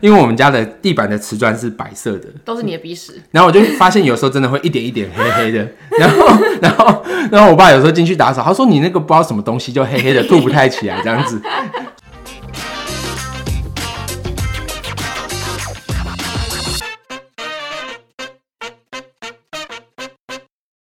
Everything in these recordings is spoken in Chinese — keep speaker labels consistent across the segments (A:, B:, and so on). A: 因为我们家的地板的瓷砖是白色的，
B: 都是你的鼻屎。
A: 然后我就发现有时候真的会一点一点黑黑的， 然后然后然后我爸有时候进去打扫，他说你那个不知道什么东西就黑黑的，吐不太起来这样子。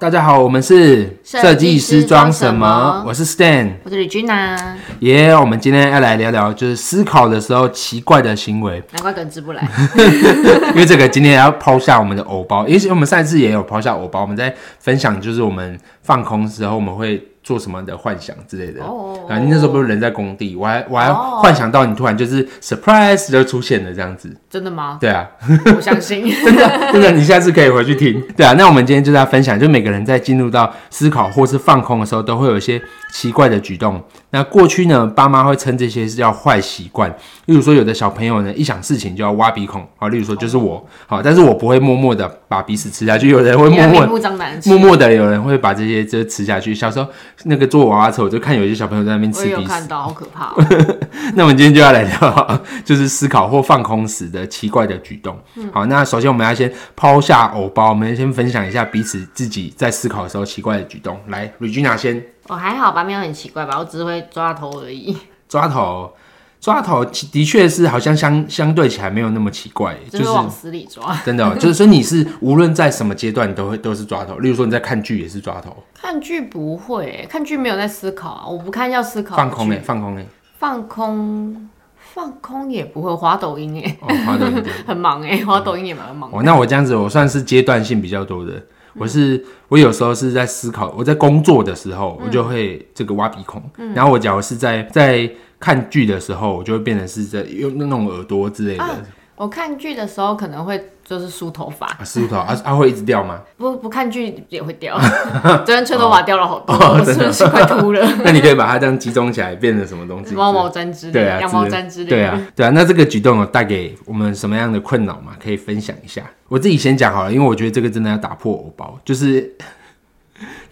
A: 大家好，我们是
B: 设计师装什么
A: 我是 Stan，
B: 我是李君娜，
A: 耶我们今天要来聊聊就是思考的时候奇怪的行为。
B: 难怪耿直 不来。
A: 因为这个今天要抛下我们的偶包，因为我们上一次也有抛下偶包，我们在分享就是我们放空之后我们会做什么的幻想之类的。
B: 哦
A: 然后你那时候不是人在工地，我还我还
B: 哦
A: 幻想到你突然就是 surprise 就出现了这样子。
B: 真的吗？
A: 对啊，
B: 我相信。
A: 真的真的，你下次可以回去听。对啊，那我们今天就是要分享，就每个人在进入到思考或是放空的时候，都会有一些奇怪的举动。那过去呢，爸妈会称这些是叫坏习惯。例如说，有的小朋友呢，一想事情就要挖鼻孔啊，例如说就是
B: 嗯
A: 我，好，但是我不会默默的把鼻屎吃下去，有人会
B: 你
A: 默
B: 的
A: 默
B: 明
A: 地
B: 目张胆吃
A: 默，默的有人会把这些就吃下去。小时候那个坐娃娃车，我就看有一些小朋友在那边
B: 我
A: 吃
B: 也有
A: 鼻屎
B: 看。到，好可怕、 哦。
A: 那我们今天就要来聊， 就是思考或放空时的奇怪的举动。好，那首先我们要先抛下偶包，我们先分享一下彼此自己在思考的时候奇怪的举动。来，Regina 先
B: 我哦还好吧，没有很奇怪吧，我只是会抓头而已，
A: 抓头，抓头其的确是好像相相对起来没有那么奇怪，就
B: 只
A: 是
B: 是往死里抓。
A: 真的哦、就是所以你是无论在什么阶段，你都会都是抓头。例如说你在看剧也是抓头，
B: 看剧不会欸、看剧没有在思考啊，我不看要思考的
A: 放空
B: 剧
A: 哎、放空哎、欸，
B: 放空，放空也不会，滑抖音哎、
A: 哦，好的。对
B: 很忙
A: 嗯
B: 哎、滑抖音也蛮忙的。
A: 哦，那我这样子，我算是阶段性比较多的。我是我有时候是在思考，我在工作的时候，我就会这个挖鼻孔。然后我假如是在在看剧的时候，我就会变成是在用那种耳朵之类的
B: 啊我看剧的时候可能会就是梳头发，
A: 啊，梳头啊啊会一直掉吗？
B: 不不看剧也会 掉。 昨天吹
A: 哦
B: 头发掉了好多，我是不是快秃了？
A: 那你可以把它这样集中起来，变成什么 东西？
B: 猫毛毡之类
A: 对啊，
B: 的，羊毛
A: 之
B: 毡之类的。
A: 对啊，对啊。那这个举动有带给我们什么样的困扰吗？可以分享一下。我自己先讲好了，因为我觉得这个真的要打破偶包，就是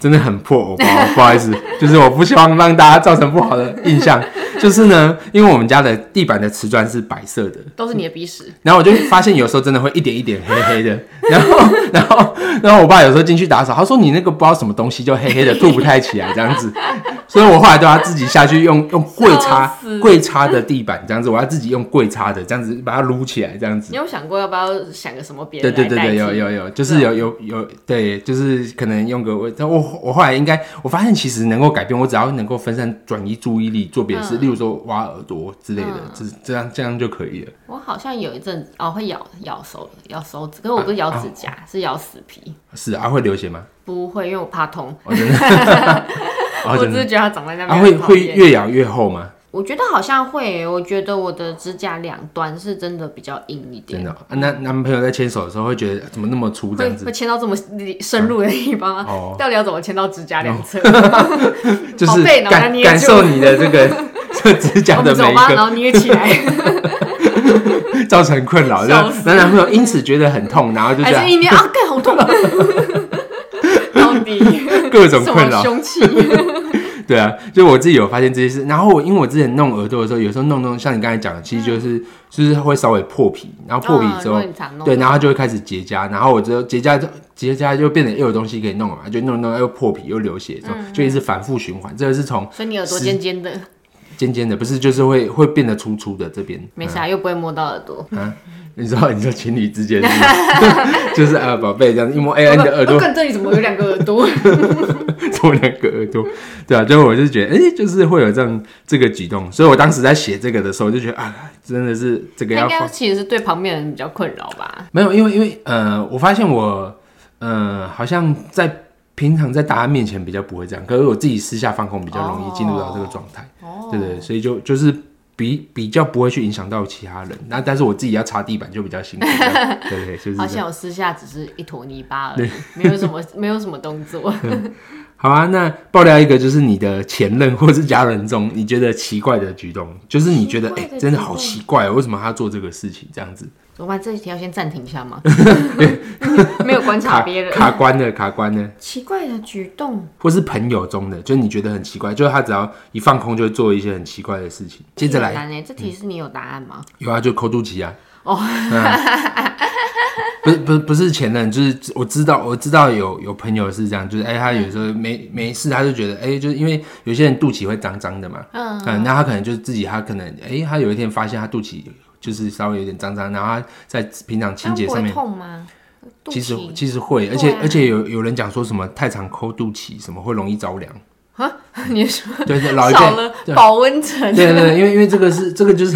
A: 真的很破偶包，不好意思， 就是我不希望让大家造成不好的印象。就是呢，因为我们家的地板的瓷砖是白色的，
B: 都是你的鼻屎，
A: 然后我就发现有时候真的会一点一点黑黑的， 然后然后然后我爸有时候进去打扫，他说你那个不知道什么东西就黑 黑的，吐不太起来这样子，所以我后来都要自己下去用用跪
B: 笑
A: 擦
B: 死
A: 跪擦的地板这样子，我要自己用跪擦的这样子把它撸起来这样子
B: 你。有想过要不要想个什么别
A: 对
B: 人
A: 对
B: 来
A: 对
B: 代
A: 对，有
B: 替？
A: 有有，就是有有有，对，就是可能用个我我我后来应该我发现其实能够改变，我只要能够分散转移注意力做别的
B: 嗯
A: 事，例如说挖耳朵之类的，这这样这样就可以了。
B: 我好像有一阵子哦会咬咬手咬手指，可是我不
A: 啊
B: 是咬指甲，是咬死皮。
A: 是啊，会流血吗？
B: 不会，因为我怕痛，
A: 哦，真的，哦
B: 我
A: 真
B: 只
A: 的，
B: 是觉得它长在那
A: 啊
B: 边
A: 会
B: 很讨
A: 会
B: 厌。
A: 越咬越厚吗？
B: 我觉得好像会耶，我觉得我的指甲两端是真的比较硬一
A: 真
B: 点，
A: 的哦、啊，那男朋友在牵手的时候会觉得怎么那么粗这
B: 会
A: 样子嗯
B: 会，牵到这么 深入的地方啊？
A: 哦
B: 到底要怎么牵到指甲两侧？
A: 就
B: 宝
A: 是
B: 贝脑袋
A: 感
B: 捏
A: 感
B: 住
A: 受你的这个 这指甲
B: 我
A: 的
B: 们
A: 每
B: 走
A: 一
B: 吧，然
A: 个
B: 后捏起 来，
A: 造成困扰，让
B: 笑死
A: 让男朋友因此觉得很痛，然后 就这
B: 还是
A: 样
B: 一捏啊， 更好痛！到底
A: 各种
B: 什
A: 困
B: 么
A: 扰，
B: 凶器？
A: 对啊，就我自己有发现这些事。然后我因为我之前弄耳朵的时候，有时候弄弄，像你刚才讲的，其实就是就是会稍微破皮，然 后破皮
B: 嗯
A: 之
B: 如
A: 后
B: 果你常弄
A: 对，
B: 的
A: 然后它就会开始结痂，然后我就结痂就结痂就变得又有东西可以弄了嘛，就弄弄又破皮又流血，这种
B: 嗯
A: 就一直反复循环。这个是从
B: 所以你耳朵尖尖的，
A: 尖尖的，不是就是会会变得粗粗的这边。
B: 没事啊，又不会摸到耳朵。
A: 你知道你说情侣之间是吗 就是啊宝贝这样一摸，哎、呀你 的耳朵
B: 我看这里怎么有两个耳 朵？
A: 做两个耳朵，对啊，就我就觉得，哎、就是会有这样这个举动，所以我当时在写这个的时候就觉得啊，真的是这个
B: 那
A: 要
B: 应该
A: 放
B: 其实是对旁边人比较困扰吧？
A: 没有，因为因为呃，我发现我呃好像在平常在大家面前比较不会这样，可是我自己私下放空比较容易进入到这个状态，
B: 哦
A: 对对对，所以就就是。比比较不会去影响到其他人，那但是我自己要擦地板就比较辛苦，这 样对对，就是这
B: 好
A: 样。
B: 像我私下只是一坨泥巴 而已，没有什么没有什么动作。
A: 好啊，那爆料一个，就是你的前任或是家人中，你觉得奇怪的举动，就是你觉得哎、
B: 奇怪的
A: 真的
B: 举动
A: 好奇怪、哦，为什么他做这个事情这样子？
B: 怎么办？这一题要先暂停一 下吗？ 没有观察
A: 卡
B: 别人
A: 卡关的卡关的，
B: 奇怪的举动，
A: 或是朋友中的，就是你觉得很奇怪，就是他只要一放空就会做一些很奇怪的事情。接着
B: 这
A: 来，嗯
B: 很难欸这题是你有答案吗？
A: 有啊，就抠肚脐啊，哦， 不是不是不是前任，就是我知道我知道有有朋友是这样，就是哎、他有时候没没事，他就觉得哎、就是因为有些人肚脐会脏脏的嘛，
B: 嗯，
A: 嗯，那他可能就是自己，他可能哎、他有一天发现他肚脐就是稍微有点脏脏，然后他在平常清
B: 这
A: 洁
B: 样不
A: 上
B: 会
A: 面。
B: 痛吗？肚
A: 其实
B: 脐
A: 其实会，
B: 对啊
A: 而且、而且有有人讲说什么太常抠肚脐，什么会容易着凉。
B: 你说
A: 对对，老一辈
B: 少了
A: 对
B: 保温层，
A: 对对对，因为因为这个是这个就是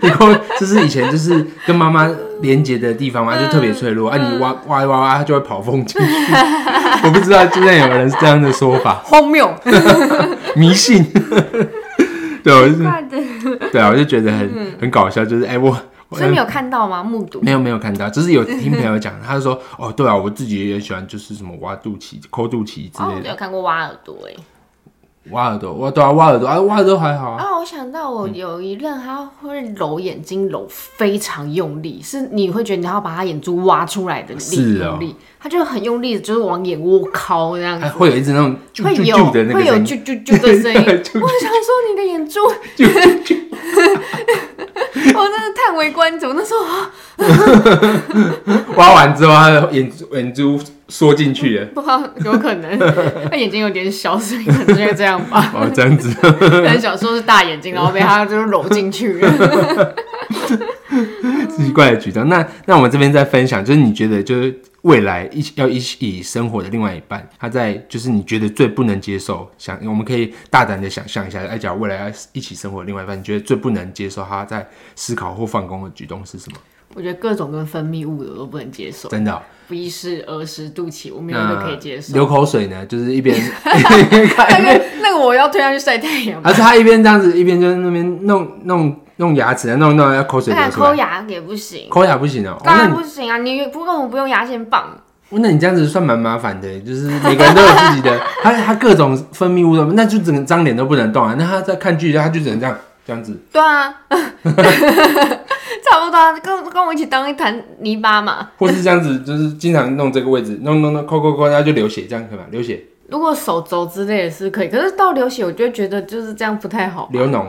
A: 你抠，这是以前就是跟妈妈连接的地方嘛，就特
B: 嗯
A: 别脆弱啊，你挖挖一挖挖，它就会跑缝进去。 我不知道现在有人是这样的说法，
B: 荒谬，
A: 迷信。 对，我就
B: 怪的。
A: 对啊，我就觉得很很搞笑，就是哎、我我
B: 嗯所以你有看到吗？目睹
A: 没有没有看到，只是有听朋友讲，他就说哦，对啊，我自己也喜欢，就是什么挖肚脐、抠肚脐之
B: 哦，
A: 类
B: 我
A: 的，
B: 有看过挖耳朵哎。
A: 挖耳朵，挖对啊，挖耳朵啊，挖耳朵还好啊，
B: 啊、我想到我有一任，他会揉眼睛揉非常用力，是你会觉得你要把他眼珠挖出来的力
A: 是哦
B: 用力，他就很用力地，就是往眼窝靠那样
A: 还
B: 子，
A: 会有一直那种啾
B: 会
A: 啊啾
B: 有
A: 啾的那
B: 会
A: 个
B: 有
A: 声音，
B: 啾啾啾的 声音。
A: 啾
B: 我想说你的眼珠，
A: 啾 啾
B: 我真的叹为观止。我那时候啊
A: 挖完之后，他的眼珠眼珠缩进去了。
B: 不知道有可 能他眼睛有点小，所以可能就会这样吧。
A: 哦，这样子，
B: 可能小时候是大眼睛，然后被他就是揉进 去了。
A: 奇怪的举动。那那我们这边再分享，就是你觉得就是未来一起要一起生活的另外一半，他在就是你觉得最不能接受，想我们可以大胆的想象一下，哎，假如未来要一起生活的另外一半，你觉得最不能接受他在思考或放空的举动是什么？
B: 我觉得各种跟分泌物的我都不能接受，
A: 真的哦、
B: 鼻屎、耳屎、肚脐，我没有一个
A: 那
B: 可以接受。
A: 流口水呢，就是一边 一边看，一边
B: 那个我要推他去晒太阳吧。
A: 而是他一边这样子，一边就在那边弄弄弄牙齿，弄弄要口水
B: 那
A: 流
B: 敢
A: 出
B: 啊抠
A: 来，
B: 牙也不行，
A: 抠牙不行哦、哦
B: 当
A: 那
B: 然
A: 你
B: 不行啊！你不用不用牙线棒，
A: 哦那你这样子算蛮麻烦的，就是每个人都有自己的， 他他各种分泌物都，那就整个张脸都不能动啊。那他在看剧，他就只能这样这样子，
B: 对啊， 差不多啊，跟跟我一起当一滩泥巴嘛。
A: 或是这样子，就是经常弄这个位置，弄弄弄，抠抠抠，他就流血，这样可以吗？流血、
B: 如果手肘之类的是可以，可是到流血，我就会觉得就是这样不太好。
A: 流脓，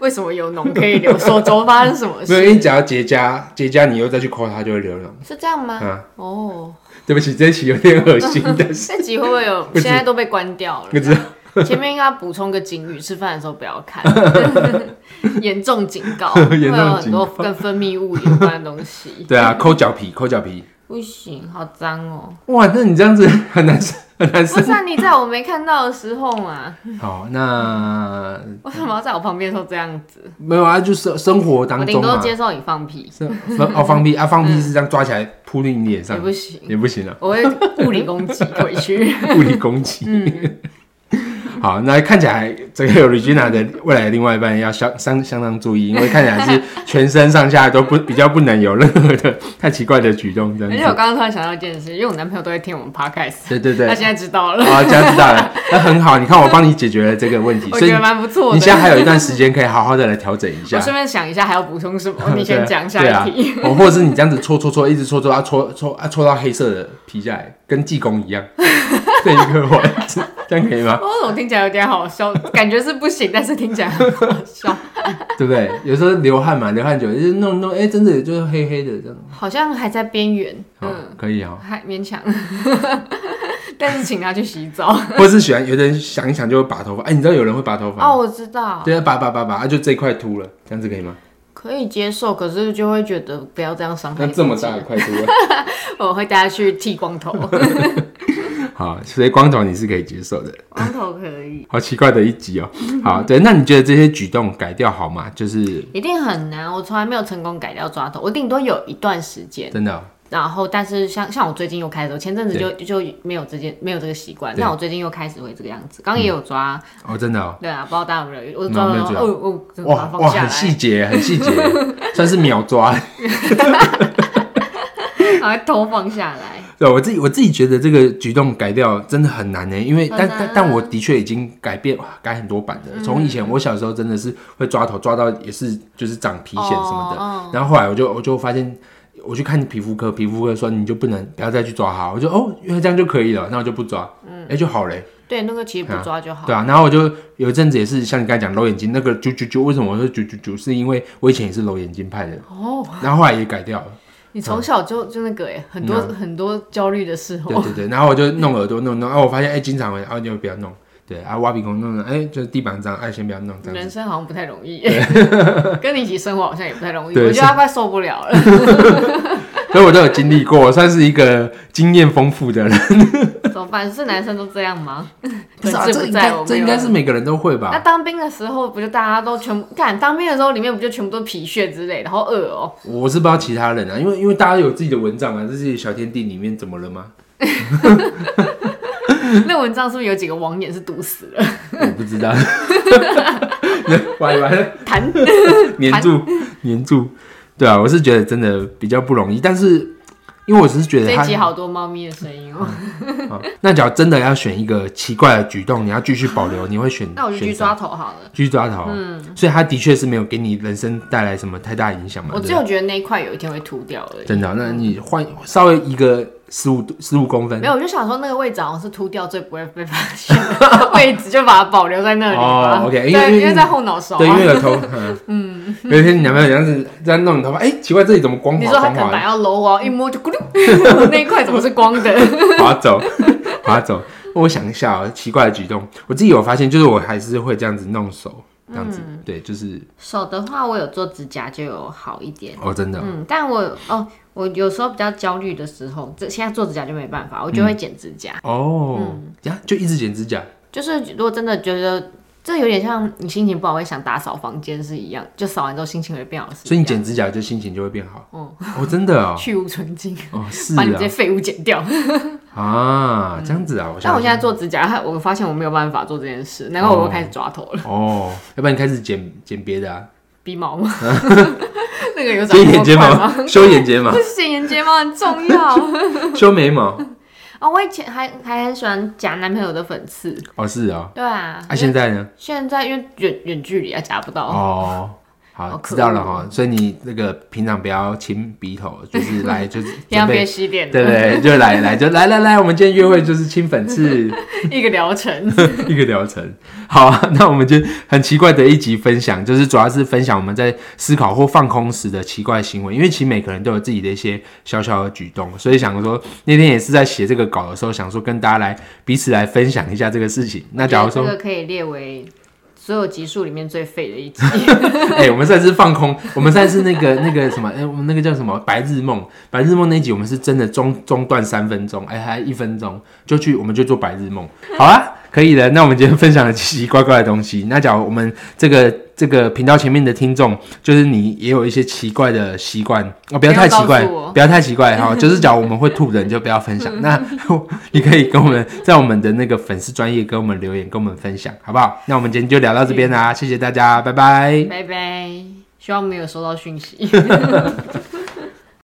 B: 为什么有脓 可以流？手肘发生什么
A: 没有，
B: 事？
A: 因为只要结痂，结痂你又再去抠它，就会流脓。
B: 是这样吗？
A: 啊，
B: 哦，
A: 对不起，这一期有点恶心， 但是
B: 这集会不会有？
A: 知
B: 现在都被关掉了
A: 不。知道
B: 前面应该补充个警语，吃饭的时候不要 看，严重警告，会
A: 严重警告
B: 有很多跟分泌物有关的东西，
A: 对啊，抠脚皮，抠脚皮，
B: 不行，好脏哦、
A: 哇，那你这样子 很难受，很难受
B: 不。是啊，你在我没看到的时候嘛，
A: 好，那
B: 为什么要在我旁边的时候这样子？
A: 没有啊，就是生活
B: 我
A: 当
B: 顶
A: 中啊
B: 多
A: 嘛。
B: 接嗯受你放屁，
A: 是放哦放屁啊放屁是这样抓起来扑在你脸上
B: 也不行，
A: 也不行啊，
B: 我会物理攻击回 去。
A: 物理攻击。
B: 嗯
A: 好，那看起来这个 Regina 的未来的另外一半要相相相当注意，因为看起来是全身上下都不比较不能有任何的太奇怪的举动，这
B: 而且我
A: 样子。
B: 刚刚突然想到一件事，因为我男朋友都会听我们 podcast，
A: 对对对，
B: 他
A: 啊，
B: 现在知道了，
A: 这样知道了，那很好，你看我帮你解决了这个问题，
B: 我
A: 所以
B: 觉得蛮不错
A: 你现在
B: 的。
A: 还有一段时间可以好好的来调整一
B: 我
A: 下。
B: 顺便想一下还要补充什么，你先讲
A: 对
B: 下
A: 啊
B: 一题。
A: 哦，或者是你这样子搓搓搓，一直搓搓啊搓搓啊搓到黑色的皮下来，跟济公 一样，这一个丸子，这样可以吗？
B: 哦我怎么听起来有点好笑？感觉是不行，但是听起来很好笑，
A: 对不对？有时候流汗嘛，流汗久了就是弄弄，哎、真的就是黑黑的这样，
B: 好像还在边缘，
A: 好、
B: 嗯，
A: 可以哦。
B: 还勉强。 但是请他去洗澡
A: 或者是喜欢有的人想一想就会拔头发，哎、你知道有人会拔头发吗？
B: 哦，我知道，
A: 对啊，拔拔拔拔，啊，就这块秃了，这样子可以吗？
B: 可以接受，可是就会觉得不要这样伤
A: 那
B: 害自己
A: 这么大的，块秃了，
B: 我会带他去剃光头，
A: 好，所以光头你是可以接受的。
B: 光头可以，
A: 好奇怪的一集哦。好，对，那你觉得这些举动改掉好吗？就是
B: 一定很难。我从来没有成功改掉抓头，我顶多有一段时间，
A: 真的哦、
B: 然后但是像像我最近又开始，我前阵子就就没有这件没有这个习惯，
A: 对
B: 但我最近又开始会这个样子。刚刚也有抓。
A: 哦，真的哦。
B: 对啊，不知道大家有没有，我
A: 嗯
B: 抓
A: 没有
B: 了，
A: 注意
B: 哦哦，真的把
A: 哇
B: 它
A: 哇，
B: 放下
A: 很细
B: 来，
A: 节，很细节，算是秒抓。
B: 把头放下来，
A: 对啊我自己，我自己觉得这个举动改掉真的很难呢，欸因为
B: 很
A: 但
B: 难
A: 但但我的确已经改变哇改很多版的。从以
B: 嗯
A: 前我小时候真的是会抓头抓到也是就是长皮癣什么的，
B: 哦哦
A: 然后后来我就我就发现。我去看皮肤科，皮肤科说你就不能不要再去抓它。我就哦，原来这样就可以了，那我就不抓，嗯，哎、就好嘞、
B: 对，那个其实不抓就好。
A: 对啊。然后我就有一阵子也是像你刚才讲揉眼睛那个啾啾啾，为什么我说啾啾啾？是因为我以前也是揉眼睛派的，
B: 哦，
A: 然后后来也改掉了。
B: 你从小就就那个哎、很多、很多焦虑的时候
A: 对，对对，然后我就弄耳朵弄弄，啊，我发现哎、经常会，啊，你就不要弄，对啊，挖鼻孔弄弄，哎、就是地板脏，哎、先不要弄这样
B: 人
A: 子。
B: 生好像不太容易， 跟你一起生活好像也不太容易，
A: 对
B: 我觉得他快受不了 了，
A: 所以我都有经历过，我算是一个经验丰富的人。
B: 怎么办？是男生都这样吗？
A: 不是啊，
B: 本质
A: 这
B: 不
A: 应
B: 在
A: 该
B: 我
A: 这
B: 没有啊
A: 应该是每个人都会
B: 那
A: 吧？
B: 当兵的时候不就大家都全部干？当兵的时候里面不就全部都皮屑之类的，好恶 哦、
A: 我是不知道其他人啊，因为因为大家有自己的文章啊嘛，这是小天地里面怎么了吗？
B: 那文章是不是有几个网眼是毒死了？
A: 我不知道。 完完 了，
B: 弹
A: 黏住黏住，对啊，我是觉得真的比较不容易，但是因为我只是觉得
B: 这一
A: 他
B: 集好多猫咪的声音哦、
A: 好那假如真的要选一个奇怪的举动，你要继续保 留，你会选？
B: 那我就去
A: 选什么
B: 抓头好了。
A: 继续抓头。嗯，所以他的确是没有给你人生带来什么太大影响嘛。
B: 我
A: 对不
B: 只
A: 对
B: 有觉得那一块有一天会秃掉而已。
A: 真的哦、那你换稍微一个十五十五公分
B: 没，有，我就想说那个位置好像是秃掉最不会被发现的位置，就把它保留在那里吧。
A: 哦，OK，因为因为
B: 对，因为在后脑勺、
A: 对，因
B: 啊。
A: 为有 头，嗯， 有一天你男朋友这样子这样弄你头发，哎、奇怪，这里怎么光
B: 你
A: 滑
B: 说他
A: 光
B: 可
A: 滑
B: 能本来
A: 的，
B: 要搂我，啊一摸就咕噜， 那一块怎么是光的？
A: 滑走， 滑走。我想一下、哦，奇怪的举动，我自己有发现，就是我还是会这样子弄手，这样子，
B: 嗯
A: 对，就是
C: 手的话，我有做指甲就有好一点。
A: 哦，真的，
C: 嗯，但我哦，我有时候比较焦虑的时候，这现在做指甲就没办法，我就会
A: 嗯
C: 剪指甲。
A: 哦，
B: 嗯
A: 呀，就一直剪指甲，
C: 就是
B: 如果真的觉得这有点像你心情不好会想打扫房间是一样，就扫完之后心情会变好，
A: 所以你剪指甲就心情就会变好，哦，真的哦，
B: 去无存菁，
A: 哦，是
B: 嗯把你这些
A: 啊，
B: 废物剪 掉。
A: 啊，这样子啊，我
B: 但
A: 想
B: 我现在做指甲， 我发现我没有办法做这件事，难怪我又开始抓头了，
A: 哦，要不然你开始剪剪别的啊，
B: 鼻 毛吗？那个有长
A: 修
B: 那
A: 眼
B: 么快
A: 睫
B: 吗？
A: 毛， 修眼睫毛，
B: 剪眼睫毛很重要啊、
A: 修眉毛，
B: 我以前还还很喜欢夹男朋友的粉刺，
A: 哦，是哦，
B: 对啊，
A: 啊，现在呢？
B: 现在因为远远距离啊夹不到，
A: 哦。
B: 好
A: 好，
B: 可
A: 知道了
B: 恶
A: 哈，所以你那个平常不要亲鼻头，就是来就是
B: 平常
A: 准
B: 别
A: 备，
B: 洗脸
A: 对
B: 了，
A: 对，就来来就来来来，我们今天约会就是亲粉刺，
B: 一个疗程。
A: 一个疗程。好啊， 那我们今天很奇怪的一集分享，就是主要是分享我们在思考或放空时的奇怪行为，因为其实每个人都有自己的一些小小的举动，所以想说那天也是在写这个稿的时候，想说跟大家来彼此来分享一下这个事情。那 假如说
B: 这，个可以列为所有集数里面最废的一 集，
A: 哎、我们上次放空，我们上次那个那个什么，哎、我们那个叫什么白日梦，白日梦那一集，我们是真的中中断三分钟，哎、还一分钟就去，我们就做白日梦，好啦，可以了。那我们今天分享了奇奇怪怪的东西，那假如我们这个这个频道前面的听众，就是你也有一些奇怪的习惯哦，不要太奇怪
B: 不要告诉我，
A: 不要太奇怪哈、就是假如我们会吐的，你就不要分 享。那你可以跟我们在我们的那个粉丝专业跟我们留言，跟我们分享，好不好？那我们今天就聊到这边啦，谢谢大家，拜拜。
B: 拜拜。希望没有收到讯息。